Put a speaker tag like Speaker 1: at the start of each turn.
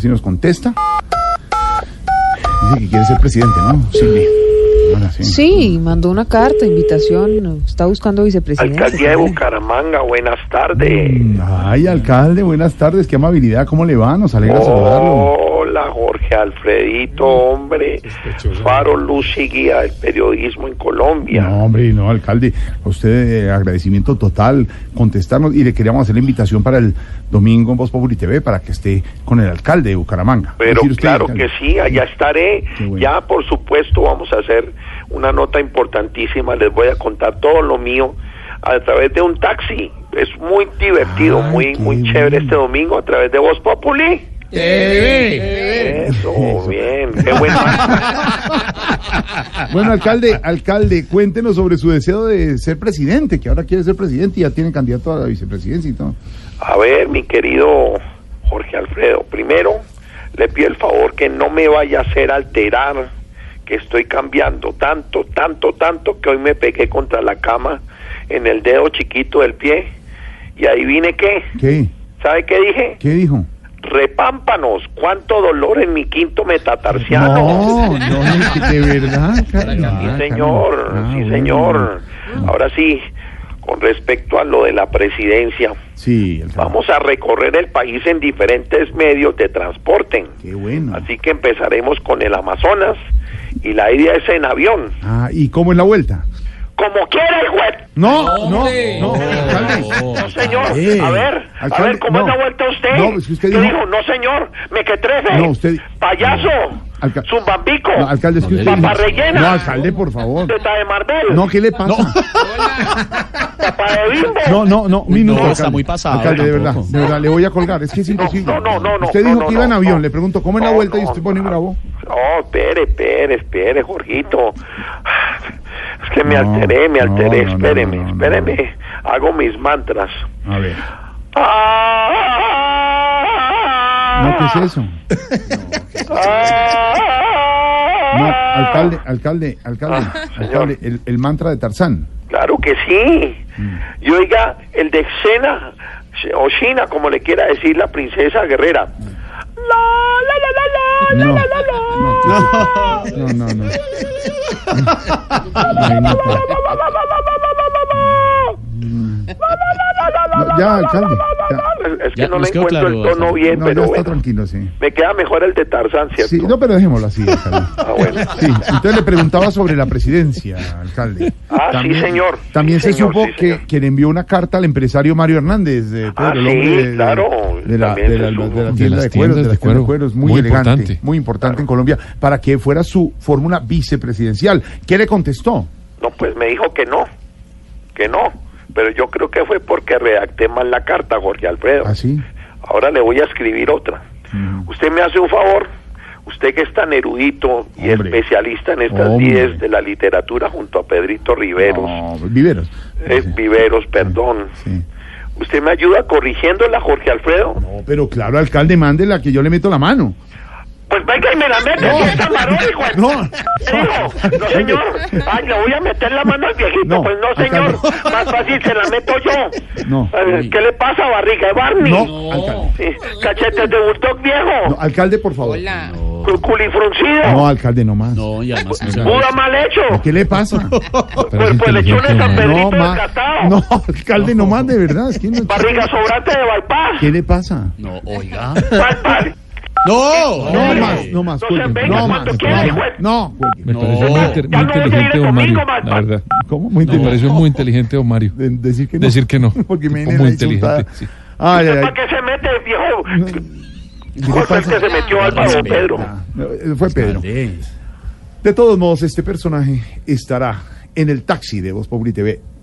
Speaker 1: Si nos contesta. Dice que quiere ser presidente, ¿no? Sí. Ahora sí.
Speaker 2: Sí, mandó una carta, invitación, está buscando vicepresidencia.
Speaker 3: Alcaldía de Bucaramanga, buenas tardes.
Speaker 1: Mm, Ay, alcalde, buenas tardes. Qué amabilidad. ¿Cómo le va? Nos alegra saludarlo.
Speaker 3: Hola, Jorge Alfredito, hombre. Faro, luz y guía del periodismo en Colombia.
Speaker 1: No, hombre, no, alcalde. A usted eh, agradecimiento total contestarnos y le queríamos hacer la invitación para el domingo en Voz Populi TV para que esté con el alcalde de Bucaramanga.
Speaker 3: Pero
Speaker 1: Decir usted,
Speaker 3: claro
Speaker 1: alcalde.
Speaker 3: que sí, allá estaré.
Speaker 1: Qué bueno.
Speaker 3: Ya, por supuesto, vamos a hacer una nota importantísima. Les voy a contar todo lo mío a través de un taxi. Es muy divertido,
Speaker 1: Ay,
Speaker 3: muy
Speaker 1: Ah, qué
Speaker 3: muy chévere
Speaker 1: bueno.
Speaker 3: este domingo a través de Voz Populi. Eso,
Speaker 1: Eso.
Speaker 3: bien. Qué buen man.
Speaker 1: Ah, Bueno, alcalde, alcalde, cuéntenos sobre su deseo de ser presidente, que ahora quiere ser presidente y ya tiene candidato a la vicepresidencia y todo.
Speaker 3: A ver, mi querido Jorge Alfredo, primero le pido el favor que no me vaya a hacer alterar que estoy cambiando tanto, tanto, tanto que hoy me pegué contra la cama en el dedo chiquito del pie y adivine qué,
Speaker 1: ¿Qué?
Speaker 3: ¿sabe qué dije?
Speaker 1: ¿Qué dijo?
Speaker 3: Repámpanos, cuánto dolor en mi quinto metatarsiano.
Speaker 1: No, no, de verdad. alcalde.
Speaker 3: Sí,
Speaker 1: Ah,
Speaker 3: señor,
Speaker 1: caramba. Ah,
Speaker 3: sí,
Speaker 1: bueno.
Speaker 3: señor. Ahora sí, con respecto a lo de la presidencia,
Speaker 1: Sí, alcalde.
Speaker 3: vamos a recorrer el país en diferentes medios de transporte.
Speaker 1: Qué bueno.
Speaker 3: Así que empezaremos con el Amazonas y la idea es en avión.
Speaker 1: Ah, ¿y cómo es la vuelta?
Speaker 3: Como quiera el juez.
Speaker 1: No, no, no, alcalde.
Speaker 3: No, señor.
Speaker 1: Eh,
Speaker 3: a ver, a
Speaker 1: alcalde,
Speaker 3: ver, ¿cómo
Speaker 1: no.
Speaker 3: es la vuelta usted?
Speaker 1: No, es que usted
Speaker 3: ¿Qué
Speaker 1: dijo-
Speaker 3: No, señor. Me que
Speaker 1: No, usted-
Speaker 3: Payaso.
Speaker 1: Alca-
Speaker 3: Zumbambico.
Speaker 1: No, alcalde, es que usted...
Speaker 3: Paparrellena.
Speaker 1: No, alcalde, por favor.
Speaker 3: Teta de Mardel.
Speaker 1: No, ¿qué le pasa?
Speaker 3: Tapa de Bimbo.
Speaker 1: No, no, no, un minuto.
Speaker 4: está
Speaker 1: alcalde.
Speaker 4: muy pasado,
Speaker 1: Alcalde, de verdad,
Speaker 4: tampoco.
Speaker 1: de verdad, le voy a colgar, es que es imposible.
Speaker 3: no, no, no, no,
Speaker 1: Usted
Speaker 3: no,
Speaker 1: dijo
Speaker 3: no,
Speaker 1: que iba en
Speaker 3: no,
Speaker 1: avión,
Speaker 3: no.
Speaker 1: le pregunto cómo es la
Speaker 3: No,
Speaker 1: vuelta y
Speaker 3: no,
Speaker 1: usted pone
Speaker 3: no.
Speaker 1: bravo.
Speaker 3: No, Oh, espere, espere, espere, Jorgito. Es que me
Speaker 1: No,
Speaker 3: alteré, me
Speaker 1: no,
Speaker 3: alteré.
Speaker 1: no, no,
Speaker 3: espéreme,
Speaker 1: no, no,
Speaker 3: espéreme. Hago mis mantras.
Speaker 1: A ver. No, ¿qué
Speaker 3: No,
Speaker 1: es eso? No, alcalde, alcalde, alcalde,
Speaker 3: Ah, señor.
Speaker 1: alcalde, el, el mantra de Tarzán.
Speaker 3: Claro que sí.
Speaker 1: Mm.
Speaker 3: Y oiga, el de Xena, o China, como le quiera decir la princesa guerrera. La, la, la, la, la,
Speaker 1: Mm. No,
Speaker 3: la, la, la, la.
Speaker 1: no, no, no. Ay, no, Mm. no, ya, alcalde. ya.
Speaker 3: Es que
Speaker 4: Ya,
Speaker 3: no
Speaker 4: nos
Speaker 3: le
Speaker 4: quedó
Speaker 3: encuentro el
Speaker 4: claro,
Speaker 3: tono
Speaker 4: bastante.
Speaker 3: bien,
Speaker 1: No, ya
Speaker 3: pero
Speaker 1: está
Speaker 3: bueno,
Speaker 1: tranquilo, sí.
Speaker 3: me queda mejor el de Tarzán, ¿cierto?
Speaker 1: Sí, no, pero dejémoslo así, alcalde.
Speaker 3: Ah, bueno.
Speaker 1: Sí, entonces le preguntaba sobre la presidencia, alcalde.
Speaker 3: Ah, sí, señor.
Speaker 1: También
Speaker 3: Sí,
Speaker 1: se
Speaker 3: señor,
Speaker 1: supo
Speaker 3: sí,
Speaker 1: que,
Speaker 3: señor.
Speaker 1: que le envió una carta al empresario Mario Hernández, eh, Pedro,
Speaker 3: Ah,
Speaker 1: el
Speaker 3: sí,
Speaker 1: hombre de, de-
Speaker 3: claro,
Speaker 1: de la,
Speaker 3: también
Speaker 1: de
Speaker 3: se
Speaker 1: la-
Speaker 3: supo.
Speaker 1: de la tienda
Speaker 3: De
Speaker 1: de cueros,
Speaker 4: las
Speaker 1: de
Speaker 4: tiendas
Speaker 1: la
Speaker 4: de
Speaker 1: tienda de
Speaker 4: cuero.
Speaker 1: cueros, muy,
Speaker 4: Muy
Speaker 1: elegante,
Speaker 4: importante.
Speaker 1: muy importante en Colombia, para que fuera su fórmula vicepresidencial. ¿Qué le contestó?
Speaker 3: No, pues me dijo que no, que no. Pero yo creo que fue porque redacté mal la carta, Jorge Alfredo.
Speaker 1: Así.
Speaker 3: Ahora le voy a escribir otra.
Speaker 1: Mm.
Speaker 3: Usted me hace un favor, usted que es tan erudito y
Speaker 1: Hombre.
Speaker 3: especialista en estas
Speaker 1: Hombre.
Speaker 3: 10 de la literatura junto a Pedrito Riveros,
Speaker 1: No, Oh, Viveros.
Speaker 3: eh,
Speaker 1: Sí,
Speaker 3: Viveros, perdón.
Speaker 1: sí.
Speaker 3: ¿Usted me ayuda corrigiéndola, Jorge Alfredo?
Speaker 1: No, pero claro, alcalde, mándela que yo le meto la mano.
Speaker 3: Pues venga y me la mete,
Speaker 1: No.
Speaker 3: si es camarón, hijo de-
Speaker 1: No.
Speaker 3: Me dijo, no señor, ay, le voy a meter la mano al viejito,
Speaker 1: No,
Speaker 3: pues no señor,
Speaker 1: alcalde.
Speaker 3: más fácil se la meto yo.
Speaker 1: No.
Speaker 3: Eh, ¿Qué le pasa, barriga de Barney?
Speaker 1: No, alcalde.
Speaker 3: Sí, Cachetes de bulldog viejo,
Speaker 1: No, alcalde, por favor.
Speaker 3: cu- culifruncido,
Speaker 1: No, alcalde, no más.
Speaker 4: No, y además no se
Speaker 3: Buda mal hecho,
Speaker 1: ¿Qué le pasa?
Speaker 3: cuerpo de lechones San
Speaker 1: No,
Speaker 3: Pedrito
Speaker 1: ma...
Speaker 3: desgastado,
Speaker 1: no, alcalde, no más, de verdad. es que no-
Speaker 3: barriga sobrante de bypass,
Speaker 1: ¿Qué le pasa?
Speaker 4: No, oiga.
Speaker 3: bypass.
Speaker 4: No,
Speaker 1: No más, no más.
Speaker 3: No se
Speaker 1: cuelguen,
Speaker 3: venga
Speaker 1: no
Speaker 3: cuando
Speaker 1: más.
Speaker 3: quiera,
Speaker 1: no
Speaker 3: hijo
Speaker 1: más,
Speaker 3: de-
Speaker 1: No, cuelguen.
Speaker 5: Me parece muy, inte-
Speaker 3: Ya
Speaker 5: muy
Speaker 3: no deje
Speaker 5: inteligente,
Speaker 3: ir
Speaker 5: don Mario.
Speaker 3: conmigo, Malpa.
Speaker 5: La verdad.
Speaker 1: ¿Cómo? Muy
Speaker 5: Me
Speaker 1: inteligente.
Speaker 5: pareció muy inteligente, don Mario.
Speaker 1: De- decir que no.
Speaker 5: Decir que no.
Speaker 1: Porque me
Speaker 5: Tipo
Speaker 1: viene
Speaker 5: muy
Speaker 1: la
Speaker 5: inteligente,
Speaker 1: insultada.
Speaker 5: sí.
Speaker 1: Ay, ay, ay.
Speaker 3: ¿Para qué se mete, viejo?
Speaker 1: ¿Qué le
Speaker 3: Jorge el
Speaker 1: pasa?
Speaker 3: que se metió Álvaro Pedro.
Speaker 1: Ah, no, eh, Fue Pedro. De todos modos, este personaje estará en el taxi de Voz Populi TV